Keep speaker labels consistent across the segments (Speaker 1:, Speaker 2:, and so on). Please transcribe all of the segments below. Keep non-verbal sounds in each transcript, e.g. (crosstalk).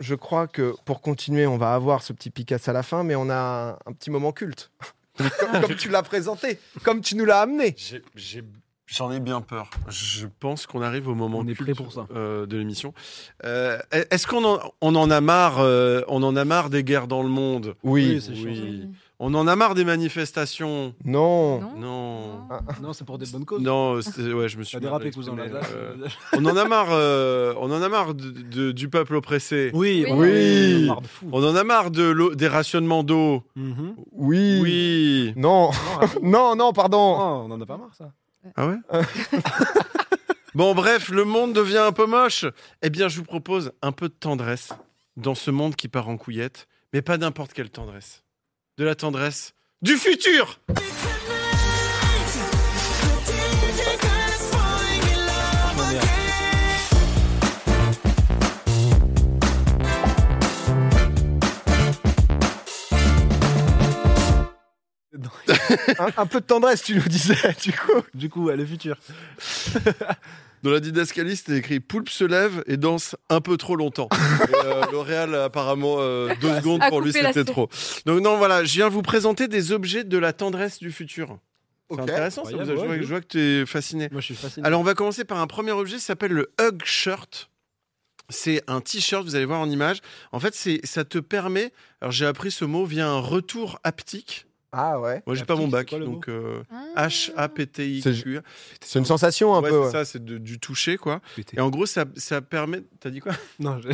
Speaker 1: je crois que pour continuer, on va avoir ce petit Picasso à la fin, mais on a un petit moment culte. (laughs) comme, comme tu l'as présenté, comme tu nous l'as amené.
Speaker 2: J'ai- j'ai- J'en ai bien peur. Je pense qu'on arrive au moment
Speaker 3: On est
Speaker 2: culte,
Speaker 3: prêt pour ça.
Speaker 2: euh, de l'émission. Euh, Est-ce qu'on en, on en a marre euh, On en a marre des guerres dans le monde.
Speaker 1: Oui.
Speaker 3: Oui, c'est
Speaker 2: Oui. On en a marre des manifestations.
Speaker 1: Non.
Speaker 4: Non.
Speaker 2: Non.
Speaker 3: Non, c'est pour des bonnes causes.
Speaker 2: Non, c'est- ouais, je me suis.
Speaker 3: T'as
Speaker 2: mal
Speaker 3: dérapé, cousin.
Speaker 2: exprimé,
Speaker 3: là, là,
Speaker 2: euh, (laughs)
Speaker 3: là.
Speaker 2: on en a marre. euh, on en a marre de- de- du peuple oppressé.
Speaker 3: Oui, Oh, on
Speaker 1: Oui.
Speaker 3: en a marre de fou.
Speaker 2: On en a marre de l'eau- des rationnements d'eau.
Speaker 3: Mhm.
Speaker 1: Oui.
Speaker 2: Oui.
Speaker 1: Non.
Speaker 3: Non, rapide.
Speaker 1: Non, non,
Speaker 3: Oh,
Speaker 1: pardon.
Speaker 3: on en a pas marre, ça.
Speaker 2: Ah ouais (laughs) Bon, bref, le monde devient un peu moche. Eh bien, je vous propose un peu de tendresse dans ce monde qui part en couillette, mais pas n'importe quelle tendresse. De la tendresse du futur
Speaker 3: Franchement, merde.
Speaker 1: Un, un peu de tendresse, tu nous disais, du coup.
Speaker 3: (laughs) Du coup, ouais, le futur.
Speaker 2: Dans la didascalie, c'était écrit Poulpe se lève et danse un peu trop longtemps. (laughs) Et, euh, L'Oréal, apparemment, euh, (laughs) deux secondes
Speaker 4: A
Speaker 2: pour lui,
Speaker 4: coupé la
Speaker 2: c'était
Speaker 4: scène.
Speaker 2: trop. Donc, non, voilà, je viens vous présenter des objets de la tendresse du futur. C'est
Speaker 1: Ok.
Speaker 2: intéressant, ça,
Speaker 3: Incroyable,
Speaker 2: vous- je,
Speaker 3: ouais,
Speaker 2: vois,
Speaker 3: de
Speaker 2: je
Speaker 3: ouf.
Speaker 2: vois que tu es fasciné.
Speaker 3: Moi, je suis fasciné.
Speaker 2: Alors, on va commencer par un premier objet qui s'appelle le Hug Shirt. C'est un t-shirt, vous allez voir en image. En fait, c'est ça te permet. Alors, j'ai appris ce mot via un retour haptique.
Speaker 1: Ah ouais.
Speaker 2: Moi, j'ai pas mon
Speaker 3: Haptique,
Speaker 2: bac,
Speaker 3: c'est quoi le mot
Speaker 2: donc euh,
Speaker 4: Ah.
Speaker 2: H-A-P-T-I-Q.
Speaker 1: C'est une sensation un
Speaker 2: Ouais,
Speaker 1: peu.
Speaker 2: c'est
Speaker 1: ouais.
Speaker 2: ça, c'est de- du toucher, quoi.
Speaker 3: Pété.
Speaker 2: Et en gros, ça, ça permet. T'as dit quoi
Speaker 3: Non, je-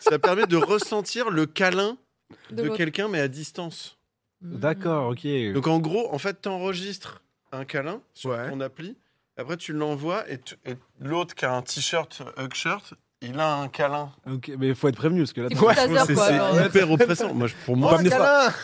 Speaker 2: Ça permet de ressentir le câlin
Speaker 4: De Hmm.
Speaker 2: de
Speaker 4: l'autre.
Speaker 2: quelqu'un, mais à distance.
Speaker 3: D'accord, ok.
Speaker 2: Donc, en gros, en fait, t'enregistres un câlin sur
Speaker 1: Ouais.
Speaker 2: ton appli. Après, tu l'envoies et, tu- et l'autre qui a un t-shirt euh, Hug Shirt, il a un câlin.
Speaker 3: Ok, mais faut être prévenu parce que là,
Speaker 4: Il
Speaker 3: t'as-
Speaker 4: faut
Speaker 3: faut
Speaker 4: taser,
Speaker 2: C'est
Speaker 4: quoi,
Speaker 2: c'est
Speaker 4: alors.
Speaker 2: hyper oppressant. Moi, je- pour
Speaker 1: Oh,
Speaker 2: moi,
Speaker 3: pas amener ça.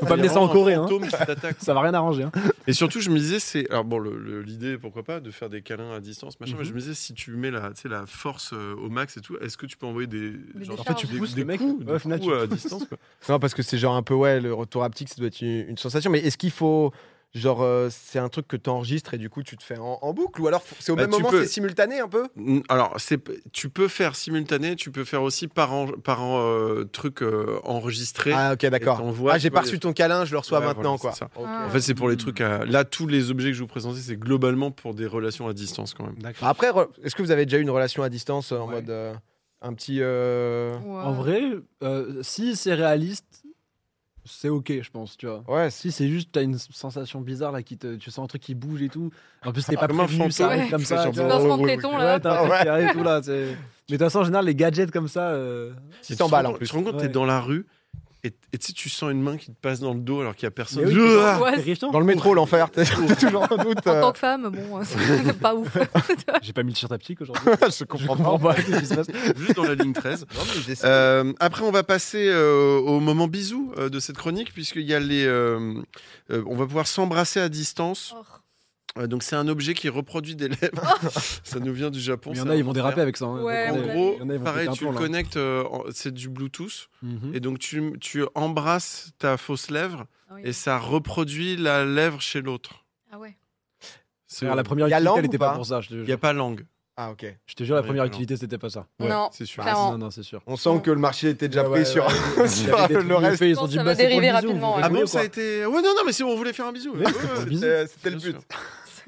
Speaker 1: câlin
Speaker 3: pas amener ça en Corée. Hein.
Speaker 2: t'attaque.
Speaker 3: Ça va rien arranger. Hein.
Speaker 2: Et surtout, je me disais, c'est. Alors, bon, le- le- l'idée, pourquoi pas, de faire des câlins à distance, machin,
Speaker 3: Mhm.
Speaker 2: mais je me disais, si tu mets la, tu sais, la force euh, au max et tout, est-ce que tu peux envoyer des.
Speaker 4: Mais
Speaker 2: genre,
Speaker 4: des
Speaker 2: en fait,
Speaker 4: charges.
Speaker 2: tu
Speaker 3: Pousses
Speaker 2: pousses
Speaker 3: le mec,
Speaker 2: coups, des
Speaker 3: ouais, au final, tu
Speaker 2: coups euh, à
Speaker 3: pousses.
Speaker 2: distance, quoi.
Speaker 1: Non, parce que c'est genre un peu, ouais, le retour haptique, ça doit être une, une sensation. Mais est-ce qu'il faut. Genre, euh, c'est un truc que tu enregistres et du coup, tu te fais en, en boucle Ou alors, faut- c'est au
Speaker 2: Bah,
Speaker 1: même
Speaker 2: tu
Speaker 1: moment,
Speaker 2: peux.
Speaker 1: c'est simultané un peu
Speaker 2: Mm, Alors, c'est, tu peux faire simultané, tu peux faire aussi par, en- par en, euh, truc euh, enregistré.
Speaker 1: Ah, ok,
Speaker 2: Et
Speaker 1: d'accord.
Speaker 2: t'envoies,
Speaker 1: Ah,
Speaker 2: tu
Speaker 1: j'ai
Speaker 2: vois,
Speaker 1: pas
Speaker 2: les-
Speaker 1: reçu ton câlin, je le reçois
Speaker 2: Ouais,
Speaker 1: maintenant,
Speaker 2: voilà, c'est
Speaker 1: quoi. Ok.
Speaker 4: Ah.
Speaker 2: En fait, c'est pour les trucs à. Là, tous les objets que je vous présentais, c'est globalement pour des relations à distance, quand même.
Speaker 3: D'accord.
Speaker 1: Après, re- est-ce que vous avez déjà eu une relation à distance euh, en
Speaker 3: Ouais.
Speaker 1: mode. euh, un petit. euh,
Speaker 4: Ouais.
Speaker 3: En vrai, euh, si c'est réaliste, c'est ok, je pense, tu vois.
Speaker 1: Ouais, c'est-
Speaker 3: Si c'est juste, t'as une sensation bizarre là, qui te, tu sens un truc qui bouge et tout. En plus, t'es pas
Speaker 2: Comme un
Speaker 3: prévenu,
Speaker 2: fantôme.
Speaker 3: ça arrive
Speaker 4: Ouais.
Speaker 3: comme ça.
Speaker 2: C'est
Speaker 3: tu
Speaker 2: genre-
Speaker 3: vois.
Speaker 4: Dans son
Speaker 2: Ouais, ouais,
Speaker 4: téton, là.
Speaker 3: Ouais, t'as un
Speaker 1: Ah
Speaker 3: truc
Speaker 1: ouais.
Speaker 3: qui arrive et tout là. c'est- Mais de toute façon, en général, les gadgets comme ça. euh,
Speaker 1: tu t'emballes
Speaker 2: te
Speaker 1: en
Speaker 2: rends-
Speaker 1: plus.
Speaker 2: Tu te rends compte,
Speaker 3: Ouais.
Speaker 2: t'es dans la rue et et tu sais, tu sens une main qui te passe dans le dos alors qu'il y a personne.
Speaker 3: mais oui,
Speaker 2: Ah
Speaker 3: c'est
Speaker 4: Ouais.
Speaker 3: terrifiant.
Speaker 1: Dans le métro, l'enfer, t'es t'es toujours en doute.
Speaker 4: En
Speaker 1: euh,
Speaker 4: tant que femme, bon, c'est (laughs) pas ouf.
Speaker 3: J'ai pas mis le t-shirt haptique aujourd'hui.
Speaker 1: je
Speaker 3: Je
Speaker 1: comprends
Speaker 3: comprends
Speaker 1: pas.
Speaker 3: pas ce qui se passe.
Speaker 2: Juste dans la ligne 13.
Speaker 1: Non, mais j'essaie.
Speaker 2: Euh, après, on va passer euh, au moment bisou euh, de cette chronique, puisqu'il y a les. euh, euh, on va pouvoir s'embrasser à distance. Euh, donc, c'est un objet qui reproduit des (laughs) lèvres. Ça nous vient du Japon.
Speaker 3: Il y en
Speaker 2: c'est
Speaker 3: a,
Speaker 2: un
Speaker 3: ils vont
Speaker 2: enfer.
Speaker 3: déraper avec ça. hein.
Speaker 4: Ouais,
Speaker 2: En
Speaker 4: on l'a
Speaker 2: gros,
Speaker 3: Il y en a, ils vont
Speaker 2: pareil,
Speaker 3: péter un
Speaker 2: tu
Speaker 3: plomb,
Speaker 2: le
Speaker 3: là.
Speaker 2: connectes, euh, en- c'est du Bluetooth,
Speaker 3: Mhm.
Speaker 2: et donc tu, tu embrasses ta fausse lèvre,
Speaker 4: Ah,
Speaker 2: et ça reproduit la lèvre chez l'autre.
Speaker 4: ouais.
Speaker 2: C'est-
Speaker 3: Frère, Ah, La première
Speaker 1: Il y a
Speaker 3: utilité,
Speaker 1: langue
Speaker 3: elle était
Speaker 1: ou
Speaker 3: pas
Speaker 1: pas
Speaker 3: pour ça. Je te
Speaker 2: Il n'y a
Speaker 3: jure,
Speaker 2: pas langue.
Speaker 1: (laughs) Ah, ok.
Speaker 3: Je te jure, la
Speaker 2: Ouais,
Speaker 3: première
Speaker 2: alors.
Speaker 3: utilité, c'était pas ça. Bah,
Speaker 2: Ouais,
Speaker 4: Non.
Speaker 2: c'est sûr.
Speaker 4: Clairement.
Speaker 3: non, non, c'est sûr.
Speaker 1: On sent que le marché était déjà
Speaker 3: Ouais,
Speaker 1: pris
Speaker 3: ouais,
Speaker 1: sur,
Speaker 3: ouais. Il y
Speaker 1: sur
Speaker 3: avait des
Speaker 1: le
Speaker 3: trucs
Speaker 1: reste.
Speaker 3: bouffés, ils
Speaker 4: Je
Speaker 3: sont
Speaker 4: pense
Speaker 3: dit,
Speaker 4: que ça
Speaker 3: bah,
Speaker 4: va
Speaker 3: c'est pour le
Speaker 4: dériver
Speaker 3: bisou, vous
Speaker 4: rapidement, ouais.
Speaker 2: Ah
Speaker 3: rigolez
Speaker 2: bon,
Speaker 3: ou
Speaker 2: ça a
Speaker 3: quoi
Speaker 2: été. Ouais, non, non, mais c'est bon, on voulait faire un bisou.
Speaker 3: Ouais, c'était pour le
Speaker 1: (laughs)
Speaker 3: bisou.
Speaker 1: C'était euh, c'était le
Speaker 2: Bien
Speaker 1: but.
Speaker 2: sûr.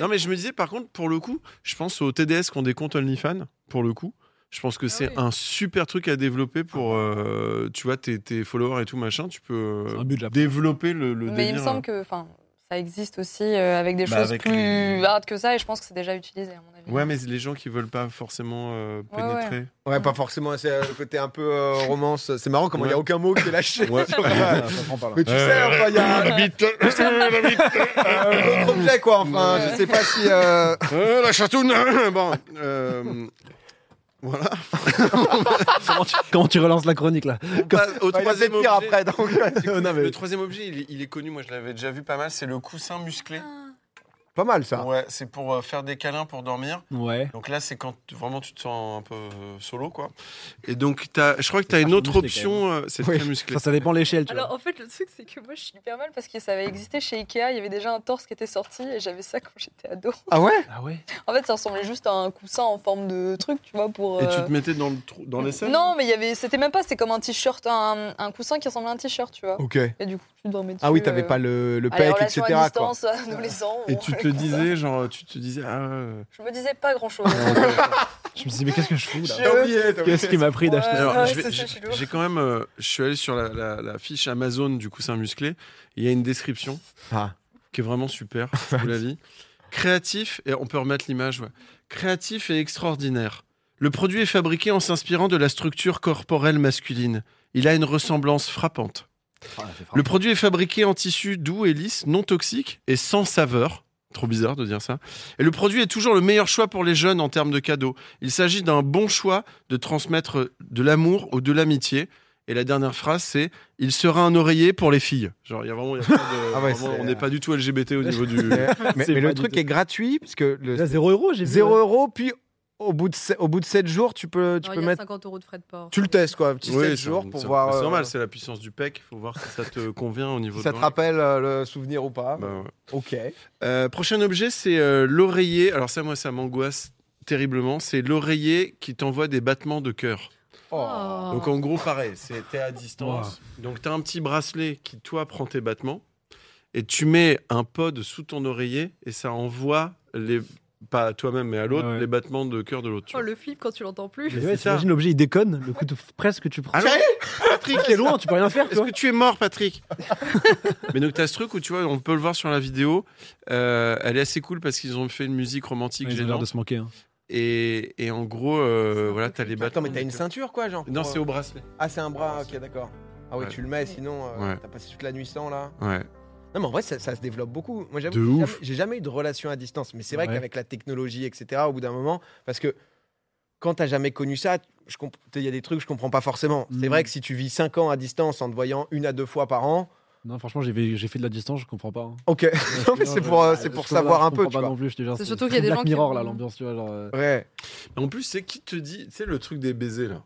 Speaker 2: Non, mais je me disais, par contre, pour le coup, je pense aux TDS qui ont des comptes OnlyFans, pour le coup. Je pense que
Speaker 4: Ah
Speaker 2: c'est
Speaker 4: oui.
Speaker 2: un super truc à développer pour, euh, tu vois, tes, tes followers et tout, machin. Tu peux
Speaker 3: C'est
Speaker 2: euh,
Speaker 3: un but là.
Speaker 2: développer le, le
Speaker 4: Mais il me
Speaker 2: délire.
Speaker 4: semble que enfin, ça existe aussi euh, avec des
Speaker 2: Bah,
Speaker 4: choses
Speaker 2: avec
Speaker 4: plus
Speaker 2: les-
Speaker 4: hard que ça, et je pense que c'est déjà utilisé, à mon avis.
Speaker 2: Ouais, mais les gens qui veulent pas forcément euh,
Speaker 4: Ouais, ouais.
Speaker 2: pénétrer.
Speaker 1: Ouais, pas forcément. C'est euh, le côté un peu euh, romance. C'est marrant comment il y a
Speaker 2: Ouais.
Speaker 1: aucun mot qui est lâché. (laughs)
Speaker 2: Ouais.
Speaker 3: Ah, ça prend pas, là.
Speaker 1: Mais tu sais,
Speaker 2: Euh,
Speaker 1: enfin, il y a un
Speaker 4: (laughs)
Speaker 2: bite, la bite,
Speaker 1: autre objet, quoi. Enfin,
Speaker 4: Ouais.
Speaker 1: je sais pas si. euh,
Speaker 2: (laughs) euh, la chatoune. (laughs) bon, euh, voilà.
Speaker 3: Comment tu- Comment tu relances la chronique là
Speaker 2: On passe Bah, au
Speaker 1: enfin, il va
Speaker 2: troisième
Speaker 1: peut-être pire
Speaker 2: objet.
Speaker 1: après. Donc, ouais, du coup,
Speaker 2: Le troisième objet, il est, il est connu, moi je l'avais déjà vu pas mal, c'est le coussin musclé.
Speaker 1: Pas mal ça.
Speaker 2: Ouais, c'est pour euh, faire des câlins pour dormir.
Speaker 3: Ouais.
Speaker 2: Donc là, c'est quand tu- vraiment tu te sens un peu euh, solo, quoi. Et donc, t'as- je crois que tu as
Speaker 3: C'est
Speaker 2: une
Speaker 3: vachement
Speaker 2: autre
Speaker 3: musclé, quand
Speaker 2: option, euh, c'est
Speaker 1: Oui.
Speaker 2: très musclé.
Speaker 3: Ça, ça dépend l'échelle, tu
Speaker 4: Alors en fait le truc c'est que moi je suis hyper mal parce que ça avait existé chez Ikea, il y avait déjà un torse qui était sorti et j'avais ça quand j'étais ado.
Speaker 1: Ah ouais
Speaker 3: vois. Ah ouais
Speaker 4: En fait ça ressemblait juste à un coussin en forme de truc tu vois pour...
Speaker 2: Et tu
Speaker 4: euh,
Speaker 2: te mettais dans, le trou, dans les selles
Speaker 4: Non mais il y avait... c'était même pas, c'était comme un t-shirt, un, un coussin qui ressemblait à un t-shirt tu vois.
Speaker 1: Ok.
Speaker 4: Et du coup tu dormais dessus.
Speaker 1: Ah oui, t'avais
Speaker 4: euh,
Speaker 1: pas le, le
Speaker 4: à la
Speaker 1: pec,
Speaker 4: relation
Speaker 1: etc.
Speaker 4: à
Speaker 1: quoi.
Speaker 4: distance, euh, adolescent.
Speaker 2: Et
Speaker 4: on-
Speaker 2: tu te disais, genre, tu te disais, ah. euh,
Speaker 4: Je me disais pas grand chose.
Speaker 3: Je me suis dit, mais qu'est-ce que je fous là
Speaker 1: T'as oublié, t'as oublié.
Speaker 3: Qu'est-ce qui m'a pris d'acheter
Speaker 2: Alors,
Speaker 4: Ouais,
Speaker 2: je vais-
Speaker 4: c'est ça,
Speaker 2: j'ai
Speaker 4: je suis lourde.
Speaker 2: j'ai quand même. euh, je suis allé sur la, la- la fiche Amazon du coussin musclé. Il y a une description
Speaker 1: Ah.
Speaker 2: qui est vraiment super. Je vous la lis. Créatif, et on peut remettre l'image. ouais. Créatif et extraordinaire. Le produit est fabriqué en s'inspirant de la structure corporelle masculine. Il a une ressemblance frappante. Le produit est fabriqué en tissu doux et lisse, non toxique et sans saveur. Trop bizarre de dire ça. Et le produit est toujours le meilleur choix pour les jeunes en termes de cadeaux. Il s'agit d'un bon choix de transmettre de l'amour ou de l'amitié. Et la dernière phrase, c'est Il sera un oreiller pour les filles. Genre, il y a vraiment. il y a pas de-
Speaker 1: Ah ouais,
Speaker 2: vraiment,
Speaker 1: c'est-
Speaker 2: on n'est pas du tout LGBT au niveau (laughs)
Speaker 1: (laughs)
Speaker 2: du.
Speaker 1: Mais, mais
Speaker 3: C'est pas
Speaker 1: le
Speaker 3: du
Speaker 1: truc
Speaker 3: tout.
Speaker 1: est gratuit, parce que le
Speaker 3: Là, 0 euros, j'ai vu.
Speaker 1: 0 euros, puis au bout de, se- au bout de 7 jours, tu peux, tu
Speaker 5: Non,
Speaker 1: peux
Speaker 5: il y a
Speaker 1: mettre.
Speaker 5: 50 euros de frais de port.
Speaker 1: Tu le testes, quoi, un petit
Speaker 2: Oui,
Speaker 1: 7
Speaker 2: c'est-
Speaker 1: jours pour
Speaker 2: c'est-
Speaker 1: voir
Speaker 2: C'est
Speaker 1: euh,
Speaker 2: normal, c'est la puissance du PEC. Il faut voir si ça te convient au niveau
Speaker 1: si ça
Speaker 2: de
Speaker 1: te rappelle euh, le souvenir ou pas.
Speaker 2: Bah ouais.
Speaker 1: Ok.
Speaker 2: Euh, prochain objet, c'est euh, l'oreiller. Alors ça, moi, ça m'angoisse terriblement. C'est l'oreiller qui t'envoie des battements de cœur.
Speaker 1: Oh.
Speaker 2: Donc en gros, pareil, c'est- t'es à distance. Donc t'as un petit bracelet qui, toi, prend tes battements. Et tu mets un pod sous ton oreiller et ça envoie les pas à toi-même mais à l'autre
Speaker 3: Ah ouais.
Speaker 2: les battements de cœur de l'autre. tu
Speaker 5: Oh,
Speaker 2: vois.
Speaker 5: le flip quand tu l'entends plus.
Speaker 2: Mais
Speaker 3: Ouais,
Speaker 2: c'est ça.
Speaker 3: T'imagines l'objet, il déconne, le coup de presque tu prends.
Speaker 2: Allô Ah
Speaker 5: (laughs)
Speaker 2: Patrick,
Speaker 3: T'es loin, tu peux rien faire,
Speaker 2: Est-ce
Speaker 3: toi.
Speaker 2: que tu es mort, Patrick (laughs) Mais donc, tu as ce truc où tu vois, on peut le voir sur la vidéo. euh, elle est assez cool parce qu'ils ont fait une musique romantique
Speaker 3: Ils ont l'air
Speaker 2: gênante.
Speaker 3: de se manquer. hein.
Speaker 2: Et, et en gros, euh,
Speaker 5: C'est un
Speaker 2: voilà,
Speaker 5: peu
Speaker 2: t'as les
Speaker 5: flippant.
Speaker 2: battements.
Speaker 1: Attends, mais t'as une ceinture, quoi, genre
Speaker 2: Non,
Speaker 1: pour,
Speaker 2: c'est au bracelet.
Speaker 1: Ah, c'est un bras, ok, d'accord. Ah oui,
Speaker 2: Ouais.
Speaker 1: tu le mets, sinon euh,
Speaker 2: Ouais.
Speaker 1: t'as passé toute la nuit sans, là.
Speaker 2: Ouais.
Speaker 1: Non, mais en vrai, ça, ça se développe beaucoup. Moi, j'avoue,
Speaker 2: De
Speaker 1: j'ai
Speaker 2: ouf.
Speaker 1: jamais- j'ai jamais eu de relation à distance, mais c'est vrai
Speaker 3: Ouais.
Speaker 1: qu'avec la technologie, etc., au bout d'un moment, parce que quand t'as jamais connu ça, je comp- il y a des trucs que je comprends pas forcément. C'est
Speaker 3: Mhm.
Speaker 1: vrai que si tu vis 5 ans à distance en te voyant une à deux fois par an,
Speaker 3: Non, franchement, j'ai fait j'ai fait de la distance, je comprends pas. hein.
Speaker 1: ok, (laughs) non, mais c'est pour, euh,
Speaker 3: Ouais,
Speaker 1: c'est
Speaker 3: je
Speaker 1: pour
Speaker 3: comprends
Speaker 1: savoir
Speaker 3: pas,
Speaker 1: un
Speaker 3: je
Speaker 1: peu,
Speaker 3: comprends
Speaker 1: tu
Speaker 3: pas
Speaker 1: vois.
Speaker 3: non plus, je te jure,
Speaker 5: C'est surtout qu'il y a des
Speaker 3: Black
Speaker 5: gens qui
Speaker 3: Mirror,
Speaker 5: vont-
Speaker 3: là, l'ambiance, tu vois. Genre, euh,
Speaker 1: Ouais.
Speaker 2: En plus, c'est qui te dit, c'est le truc des baisers là.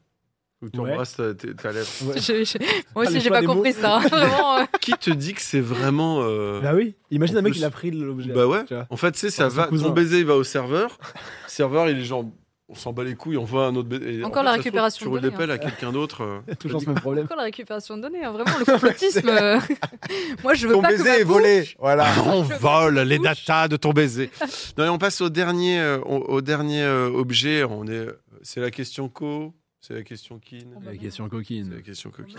Speaker 2: Où tu
Speaker 3: Ouais.
Speaker 2: embrasses ta, ta- ta lèvre.
Speaker 5: (laughs) J'ai- j'ai- Moi
Speaker 3: Ah, les
Speaker 5: aussi, j'ai
Speaker 3: choix
Speaker 5: pas
Speaker 3: des mots.
Speaker 5: compris
Speaker 1: (laughs)
Speaker 5: ça. Vraiment, euh,
Speaker 2: qui te dit que c'est vraiment. euh,
Speaker 3: Bah oui, imagine
Speaker 2: En
Speaker 3: un mec,
Speaker 2: plus-
Speaker 3: il a pris l'objet.
Speaker 2: Bah ouais.
Speaker 3: tu vois.
Speaker 2: En fait, tu sais, ça
Speaker 3: Son
Speaker 2: va.
Speaker 3: cousin.
Speaker 2: Ton baiser, il va au serveur. Le serveur, il est genre. On s'en bat les couilles, on voit un autre baiser. Et
Speaker 5: Encore la
Speaker 2: en fait, ça se trouve,
Speaker 5: récupération
Speaker 2: Tu
Speaker 5: de
Speaker 2: roules des
Speaker 5: données,
Speaker 2: pelles à quelqu'un d'autre. euh,
Speaker 3: Toujours ce même problème.
Speaker 5: encore la récupération de données. hein. Vraiment, le complotisme.
Speaker 1: (laughs)
Speaker 5: euh, (laughs) Moi, je veux
Speaker 1: Ton
Speaker 5: pas que ma
Speaker 1: baiser est volé, voilà.
Speaker 2: (laughs) On
Speaker 5: Je
Speaker 2: vole les
Speaker 5: touche.
Speaker 2: datas de ton baiser. Non, et on passe au dernier, euh, au, au dernier euh, objet. On est, c'est la question co, c'est la question kin,
Speaker 5: On va
Speaker 3: La
Speaker 5: bien.
Speaker 3: question
Speaker 2: c'est la
Speaker 3: coquine.
Speaker 2: question
Speaker 5: bouche-
Speaker 2: coquine.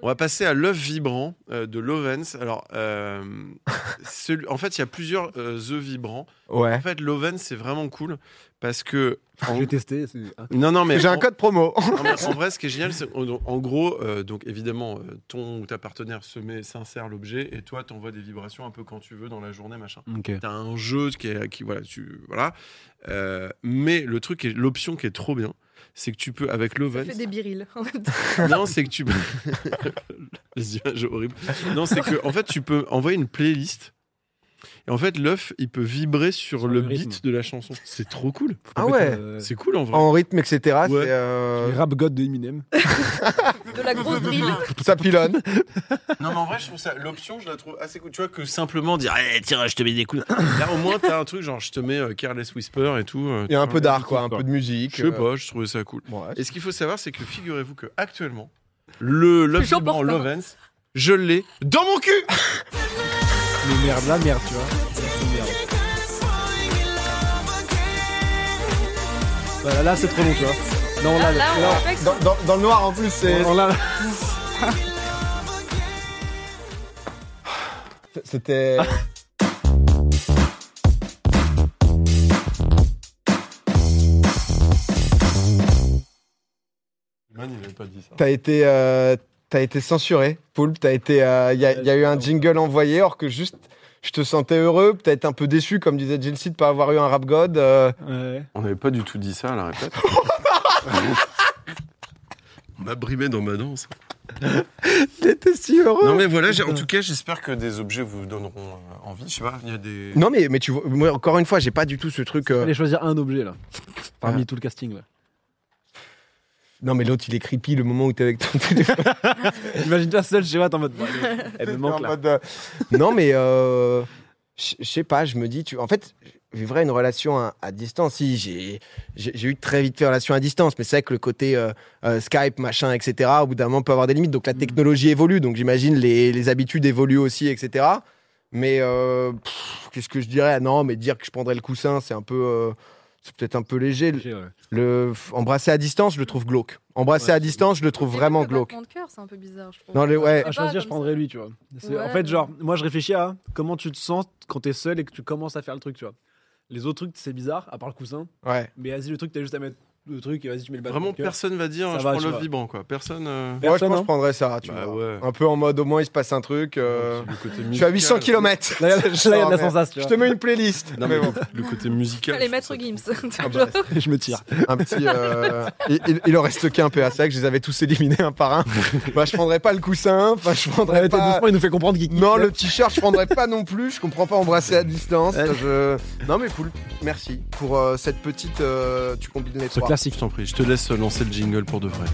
Speaker 2: On va passer à l'œuf vibrant euh, de Lovens. Alors, euh, (laughs) celui- en fait, il y a plusieurs euh, œufs vibrants.
Speaker 1: Ouais.
Speaker 2: En fait, Lovens, c'est vraiment cool parce que
Speaker 3: Je vais tester. c'est-
Speaker 2: non, non, mais
Speaker 1: J'ai un
Speaker 2: en-
Speaker 1: code promo.
Speaker 2: non, mais en vrai, ce qui est génial, c'est en, en gros, euh, donc évidemment, euh, ton ou ta partenaire se met, s'insère l'objet et toi, t'envoies des vibrations un peu quand tu veux dans la journée, machin.
Speaker 3: Ok.
Speaker 2: T'as un jeu qui, est, qui voilà, tu voilà. Euh, mais le truc est l'option qui est trop bien, c'est que tu peux avec
Speaker 5: Ça
Speaker 2: l'Oven.
Speaker 5: fait des birils. en
Speaker 1: (laughs)
Speaker 5: même temps.
Speaker 2: Non, c'est que tu peux. (laughs) Les images horribles. Non, c'est que en fait tu peux envoyer une playlist. Et en fait l'œuf, il peut vibrer sur,
Speaker 3: Sur
Speaker 2: le,
Speaker 3: le rythme.
Speaker 2: beat de la chanson. C'est trop cool.
Speaker 1: Ah ouais.
Speaker 2: C'est cool en
Speaker 1: (laughs)
Speaker 2: vrai.
Speaker 1: En rythme, etc.
Speaker 2: Ouais.
Speaker 1: c'est, euh,
Speaker 3: euh, Les rap god de Eminem.
Speaker 5: De la grosse drill.
Speaker 1: ça pilonne.
Speaker 2: Non, mais en vrai, je trouve ça l'option, je la trouve assez cool. Tu vois que simplement dire Eh, tiens, je te mets des coups. Là au moins t'as un truc genre je te mets euh, Careless Whisper et tout. euh,
Speaker 1: Il y a un peu d'art, quoi, un
Speaker 2: quoi.
Speaker 1: peu de musique.
Speaker 2: Je
Speaker 1: euh,
Speaker 2: sais pas, je trouvais ça cool.
Speaker 1: bon, ouais.
Speaker 2: Et ce qu'il faut savoir, c'est que figurez-vous que actuellement, le Love
Speaker 5: J'en porte
Speaker 2: Vibrant
Speaker 5: pas.
Speaker 2: Lovens, je l'ai dans mon cul.
Speaker 3: Les merdes, la merde, tu vois. La merde. Voilà, Bah, là, c'est trop long, tu vois. Non, là,
Speaker 4: Ah, là, on
Speaker 3: là,
Speaker 4: fait que ça.
Speaker 1: Dans, dans- dans le noir, en plus, c'est.
Speaker 3: on- on l'a-
Speaker 1: C'était.
Speaker 2: Man, il avait pas dit ça.
Speaker 1: T'as été, euh, t'as été censuré, Poulpe. T'as été, euh, il y, a- il y a eu un jingle envoyé, alors que juste, je te sentais heureux, peut-être un peu déçu, comme disait Chelsea, de pas avoir eu un rap god. euh,
Speaker 3: Ouais.
Speaker 2: On n'avait pas du tout (laughs) dit ça à la répète. On m'a brimé dans ma danse.
Speaker 1: J'étais si heureux.
Speaker 2: Non mais voilà, j'ai- en tout cas, j'espère que des objets vous donneront euh, envie. Je sais pas, il y a des.
Speaker 1: Non, mais, mais tu vois, moi, encore une fois, j'ai pas du tout ce truc. euh,
Speaker 3: Allez choisir un objet là. Parmi tout le casting là.
Speaker 1: Non, mais l'autre, il est creepy le moment où t'es avec ton (laughs) téléphone.
Speaker 3: Imagine-toi seul chez moi, t'es en mode. bon,
Speaker 4: (laughs)
Speaker 3: allez, Elle me manque
Speaker 1: En
Speaker 3: là.
Speaker 1: mode, euh, non, mais euh, je je sais pas, je me dis, tu... en fait, je vivrais une relation à, à distance. Si, j'ai- j'ai j'ai eu très vite fait relation à distance, mais c'est vrai que le côté euh, euh, Skype, machin, etc., au bout d'un moment, peut avoir des limites. Donc la
Speaker 3: Mhm.
Speaker 1: technologie évolue, donc j'imagine les, les habitudes évoluent aussi, etc. Mais euh, pff, qu'est-ce que je dirais Ah Non, mais dire que je prendrais le coussin, c'est un peu. euh, c'est peut-être un peu léger. Le-
Speaker 3: J'ai, ouais.
Speaker 1: Le, embrasser à distance, je le trouve glauque. Embrasser
Speaker 3: Ouais,
Speaker 1: à
Speaker 3: c'est
Speaker 1: distance, je le trouve vraiment glauque.
Speaker 5: de cœur, c'est un peu bizarre, je trouve.
Speaker 1: Non, le- ouais.
Speaker 3: À
Speaker 4: pas
Speaker 3: choisir, je
Speaker 4: comme
Speaker 3: prendrais lui, tu vois. C'est- En
Speaker 4: Ouais,
Speaker 3: fait,
Speaker 4: mais-
Speaker 3: genre, moi, je réfléchis à comment tu te sens quand t'es seul et que tu commences à faire le truc, tu vois. Les autres trucs, c'est bizarre, à part le coussin.
Speaker 1: Ouais.
Speaker 3: Mais vas-y, le truc, t'as juste à mettre le truc et vas-y, tu mets le bâton.
Speaker 2: Vraiment,
Speaker 3: dans le cœur.
Speaker 2: personne va dire
Speaker 3: Ça
Speaker 2: je
Speaker 3: va,
Speaker 2: prends
Speaker 3: tu
Speaker 2: le
Speaker 3: vois.
Speaker 2: vibrant quoi. Personne. euh,
Speaker 1: Moi, je
Speaker 3: Personne,
Speaker 1: pense que
Speaker 3: hein.
Speaker 1: je prendrais ça, tu
Speaker 2: bah,
Speaker 1: vois.
Speaker 2: ouais.
Speaker 1: Un peu en mode, au moins, il se passe un truc. euh,
Speaker 2: Le côté
Speaker 3: (laughs)
Speaker 1: Je suis à
Speaker 2: musical.
Speaker 1: 800 km.
Speaker 3: Là, il y a de la sensation, tu
Speaker 1: Je
Speaker 3: vois.
Speaker 1: te mets une playlist.
Speaker 2: Non, mais
Speaker 1: Mais bon.
Speaker 2: le côté musical.
Speaker 5: Allez,
Speaker 2: je trouve
Speaker 5: Maître
Speaker 2: ça
Speaker 5: Gims. (laughs)
Speaker 1: Ah bah,
Speaker 3: (laughs) Je me tire.
Speaker 1: un petit. euh, il, il- il en reste qu'un PA. C'est vrai que je les avais tous éliminés un
Speaker 3: (laughs)
Speaker 1: par un. Bah, je prendrais pas le coussin. Enfin, je prendrais
Speaker 3: Ouais, t'es
Speaker 1: pas.
Speaker 3: doucement, il nous fait comprendre qu'il
Speaker 1: Non, le t-shirt, je prendrais pas non plus. Je comprends pas embrasser à distance. Je- Non, mais Poulpe, merci pour euh, cette petite. euh, tu combines les
Speaker 2: Ce
Speaker 1: trois.
Speaker 2: classique, je t'en prie. Je te laisse lancer le jingle pour de vrai.